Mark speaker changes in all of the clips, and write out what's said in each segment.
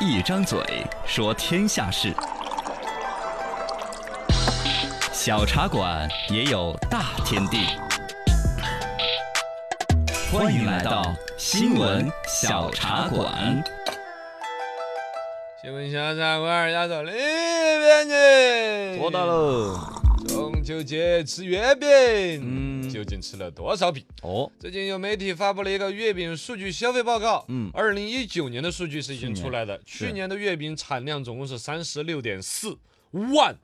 Speaker 1: 一张嘴说天下事，小茶馆也有大天地。欢迎来到新闻小茶馆。
Speaker 2: 新闻小茶馆，丫头里边去。
Speaker 3: 做到。了。
Speaker 2: 中秋节吃月饼，
Speaker 3: 嗯，
Speaker 2: 究竟吃了多少饼？
Speaker 3: 哦，
Speaker 2: 最近有媒体发布了一个月饼数据消费报告。
Speaker 3: 嗯
Speaker 2: 二零一九年的数据是已经出来的，
Speaker 3: 去年
Speaker 2: 去年的月饼产量总共是三十六点四万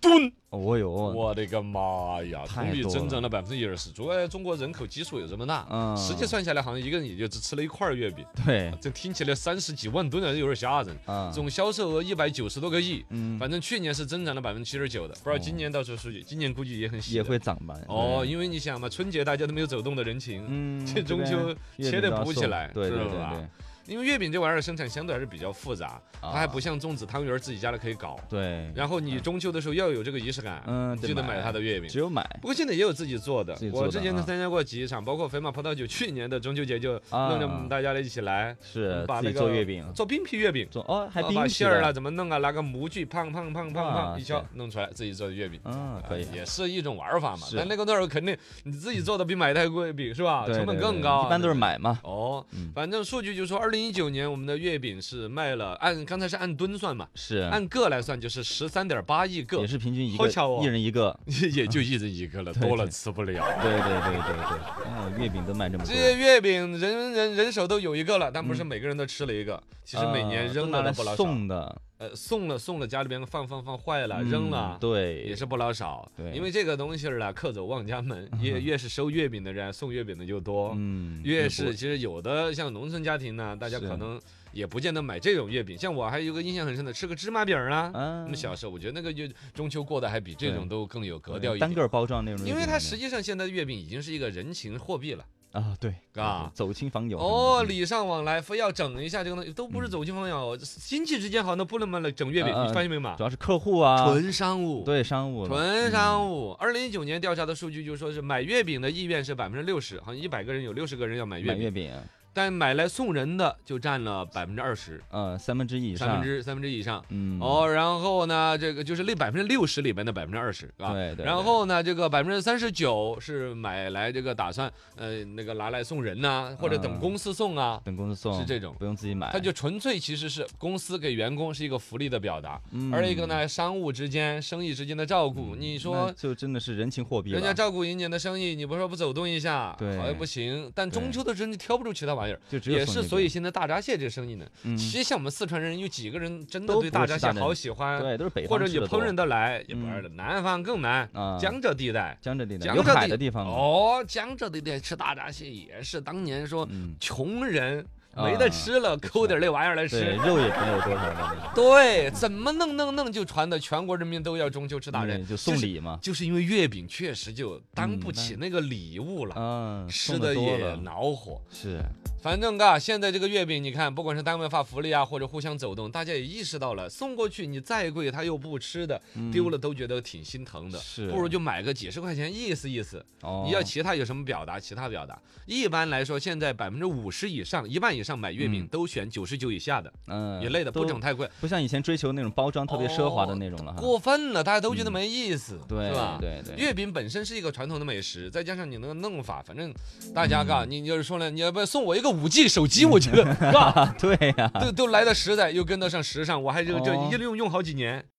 Speaker 2: 吨。
Speaker 3: 哦哟，
Speaker 2: 我的个妈呀！
Speaker 3: 太
Speaker 2: 同比
Speaker 3: 多
Speaker 2: 增
Speaker 3: 了
Speaker 2: 长了百分之二十。主要中国人口基数有这么大，
Speaker 3: 嗯
Speaker 2: 实际算下来好像一个人也就只吃了一块儿月饼，啊
Speaker 3: 对，
Speaker 2: 这听起来三十几万吨啊，有点吓人。
Speaker 3: 啊，
Speaker 2: 总销售额一百九十多个亿，
Speaker 3: 嗯，哦
Speaker 2: 反正去年是增长了百分之七十九的，不知道今年到时候数据，今年估计也很喜
Speaker 3: 也
Speaker 2: 的
Speaker 3: 会涨吧？
Speaker 2: 哦，
Speaker 3: 嗯，
Speaker 2: 因为你想嘛，春节大家都没有走动的人 情，
Speaker 3: 嗯，
Speaker 2: 这中
Speaker 3: 边
Speaker 2: 秋
Speaker 3: 月
Speaker 2: 切
Speaker 3: 饼都
Speaker 2: 得
Speaker 3: 要
Speaker 2: 补起
Speaker 3: 送
Speaker 2: 来
Speaker 3: 对对
Speaker 2: 是
Speaker 3: 对
Speaker 2: 吧
Speaker 3: 对，
Speaker 2: 因为月饼这玩意儿生产相对还是比较复杂，它还
Speaker 3: 啊
Speaker 2: 不像粽子、汤圆儿自己家里可以搞。
Speaker 3: 对，
Speaker 2: 然后你中秋的时候要有这个仪式感，
Speaker 3: 嗯，
Speaker 2: 记得买它
Speaker 3: 的，
Speaker 2: 的月饼
Speaker 3: 只。有买
Speaker 2: 不过现在也有自己做的
Speaker 3: 自己，做
Speaker 2: 我
Speaker 3: 的
Speaker 2: 之前
Speaker 3: 啊
Speaker 2: 参加过几场，包括肥马葡萄酒，去年的中秋节就弄着我们
Speaker 3: 啊嗯
Speaker 2: 大家一起来
Speaker 3: 是
Speaker 2: 嗯把
Speaker 3: 自
Speaker 2: 那
Speaker 3: 己做
Speaker 2: 个
Speaker 3: 月饼，
Speaker 2: 做冰皮月饼，
Speaker 3: 做哦还
Speaker 2: 啊
Speaker 3: 冰
Speaker 2: 把
Speaker 3: 起
Speaker 2: 馅儿
Speaker 3: 来
Speaker 2: 啦，怎么弄啊？拿个模具，胖胖胖胖
Speaker 3: 哇
Speaker 2: 胖，一
Speaker 3: 塞
Speaker 2: 敲弄出来自己做的月饼。
Speaker 3: 嗯，可以
Speaker 2: 啊，也是一种玩法嘛。
Speaker 3: 是
Speaker 2: 但那个那儿肯定你自己做的比买太贵比是吧？
Speaker 3: 对
Speaker 2: 成本
Speaker 3: 对
Speaker 2: 更
Speaker 3: 对
Speaker 2: 高啊。
Speaker 3: 一般都是
Speaker 2: 对不对。
Speaker 3: 买嘛，
Speaker 2: 哦
Speaker 3: 嗯，
Speaker 2: 反正数据就说，二零一九年我们的月饼是卖了，按刚才是按吨算嘛，
Speaker 3: 是，
Speaker 2: 按个来算就是十三点八亿个
Speaker 3: 嗯也，是平均一
Speaker 2: 好
Speaker 3: 个
Speaker 2: 巧哦
Speaker 3: 一人一个，
Speaker 2: 也 也就一人一个了，
Speaker 3: 对
Speaker 2: 多了
Speaker 3: 对
Speaker 2: 吃不了。
Speaker 3: 对对对对对，哦，月饼都卖这么
Speaker 2: 这些
Speaker 3: 多，
Speaker 2: 月饼人人人手都有一个了，但不是每个人都吃了一个。其实每年
Speaker 3: 呃
Speaker 2: 扔
Speaker 3: 嗯都拿
Speaker 2: 了的
Speaker 3: 来
Speaker 2: 不老少，
Speaker 3: 送的，
Speaker 2: 呃，送了送了，家里边放放放坏了，扔
Speaker 3: 嗯
Speaker 2: 了。
Speaker 3: 对，
Speaker 2: 也是不老少，
Speaker 3: 对
Speaker 2: 因为这个东西儿啊，客走望家门，越越是收月饼的人，送月饼的就多，
Speaker 3: 嗯，
Speaker 2: 越
Speaker 3: 也
Speaker 2: 是
Speaker 3: 不
Speaker 2: 其实有的像农村家庭呢，大家
Speaker 3: 是
Speaker 2: 可能也不见得买这种月饼。像我还有个印象很深的，吃个芝麻饼儿啊。
Speaker 3: 啊
Speaker 2: 那么小时候，我觉得那个就中秋过得还比这种
Speaker 3: 对
Speaker 2: 都更有格
Speaker 3: 对
Speaker 2: 调一
Speaker 3: 单
Speaker 2: 点，
Speaker 3: 个包装那种月饼里
Speaker 2: 因
Speaker 3: 面，
Speaker 2: 为它实际上现在的月饼已经是一个人情货币了。
Speaker 3: 啊，对
Speaker 2: 啊
Speaker 3: 对走亲访友
Speaker 2: 哦，
Speaker 3: 什么的
Speaker 2: 礼尚往来，非要整一下这个东西，都不是走亲访友，亲戚之间好像不那么整月饼，
Speaker 3: 嗯嗯嗯
Speaker 2: 你发现没嘛
Speaker 3: 主？要是客户啊，
Speaker 2: 纯商务，
Speaker 3: 对商务了，
Speaker 2: 纯商务，二零一九年调查的数据就说是买月饼的意愿是百分之六十，好像一百个人有六十个人要买
Speaker 3: 买
Speaker 2: 月
Speaker 3: 月
Speaker 2: 饼，
Speaker 3: 饼，
Speaker 2: 但买来送人的就占了百分之二十，
Speaker 3: 呃，三分之一以上，
Speaker 2: 三分之三分之一以上。
Speaker 3: 嗯，
Speaker 2: 哦，然后呢，这个就是那百分之六十里面的百分之二十啊。
Speaker 3: 对对
Speaker 2: 然
Speaker 3: 对
Speaker 2: 后呢，这个百分之三十九是买来这个打算呃那个拿来送人呐、或者等
Speaker 3: 嗯
Speaker 2: 公司送啊，
Speaker 3: 等公司送
Speaker 2: 是这种
Speaker 3: 不用自己买，
Speaker 2: 它就纯粹其实是公司给员工是一个福利的表达，
Speaker 3: 嗯
Speaker 2: 而一个，呢商务之间、生意之间的照顾。你
Speaker 3: 那
Speaker 2: 说
Speaker 3: 就真的是人情货币了，
Speaker 2: 人家照顾银年的生意，你不说不走动一下，
Speaker 3: 对
Speaker 2: 好像不行。但
Speaker 3: 对
Speaker 2: 中秋的时候你挑不出其他玩意儿，
Speaker 3: 就只有
Speaker 2: 也
Speaker 3: 送
Speaker 2: 是
Speaker 3: 月
Speaker 2: 所以
Speaker 3: 饼
Speaker 2: 现在大闸蟹这个生意呢，
Speaker 3: 嗯
Speaker 2: 其实像我们四川人有几个人真的
Speaker 3: 都
Speaker 2: 对
Speaker 3: 不
Speaker 2: 大
Speaker 3: 是
Speaker 2: 闸
Speaker 3: 大
Speaker 2: 蟹
Speaker 3: 人
Speaker 2: 好喜欢，
Speaker 3: 对都是北
Speaker 2: 或
Speaker 3: 方
Speaker 2: 者
Speaker 3: 吃
Speaker 2: 你
Speaker 3: 的
Speaker 2: 烹
Speaker 3: 多
Speaker 2: 饪得来，也不
Speaker 3: 嗯
Speaker 2: 是的，南方更难，
Speaker 3: 啊，嗯
Speaker 2: 江浙地带，
Speaker 3: 江浙地带
Speaker 2: 江
Speaker 3: 有
Speaker 2: 浙
Speaker 3: 海
Speaker 2: 地
Speaker 3: 的地方嘛，
Speaker 2: 哦，江浙地带吃大闸蟹也是当年说
Speaker 3: 嗯，
Speaker 2: 穷人。
Speaker 3: 啊
Speaker 2: 没得吃了，抠点那玩意儿来
Speaker 3: 对，
Speaker 2: 吃。
Speaker 3: 肉也没有多少了，
Speaker 2: 对，怎么弄弄弄就传的全国人民都要中秋吃大人
Speaker 3: 嗯，就送
Speaker 2: 是
Speaker 3: 礼嘛，
Speaker 2: 就是因为月饼确实就当
Speaker 3: 嗯
Speaker 2: 不起
Speaker 3: 那
Speaker 2: 那个礼物了，
Speaker 3: 嗯，
Speaker 2: 吃
Speaker 3: 送得
Speaker 2: 的
Speaker 3: 多
Speaker 2: 也
Speaker 3: 了，
Speaker 2: 恼火。
Speaker 3: 是，
Speaker 2: 反正嘎，现在这个月饼，你看，不管是单位发福利啊，或者互相走动，大家也意识到了，送过去你再贵，他又不吃的，
Speaker 3: 嗯
Speaker 2: 丢了都觉得挺心疼的。
Speaker 3: 是
Speaker 2: 不如就买个几十块钱意思意思。
Speaker 3: 哦
Speaker 2: 你要其他有什么表达？其他表达。一般来说，现在百分之五十以上，一半以上买月饼
Speaker 3: 嗯
Speaker 2: 都选九十九以下的，
Speaker 3: 嗯，
Speaker 2: 也累的不
Speaker 3: 都
Speaker 2: 整太贵，
Speaker 3: 不像以前追求那种包装特别奢华的那种了哈，
Speaker 2: 过分了，大家都觉得没意思，
Speaker 3: 嗯对
Speaker 2: 哦是吧？
Speaker 3: 对对，
Speaker 2: 月饼本身是一个传统的美食，再加上你那个弄法，反正大家嘎，你就是说呢，你要不要送我一个五 G 手机？我觉 得嘎，
Speaker 3: 啊对呀，
Speaker 2: 都都来的实在，又跟得上时尚，我还就就
Speaker 3: 哦
Speaker 2: 一用用好几年。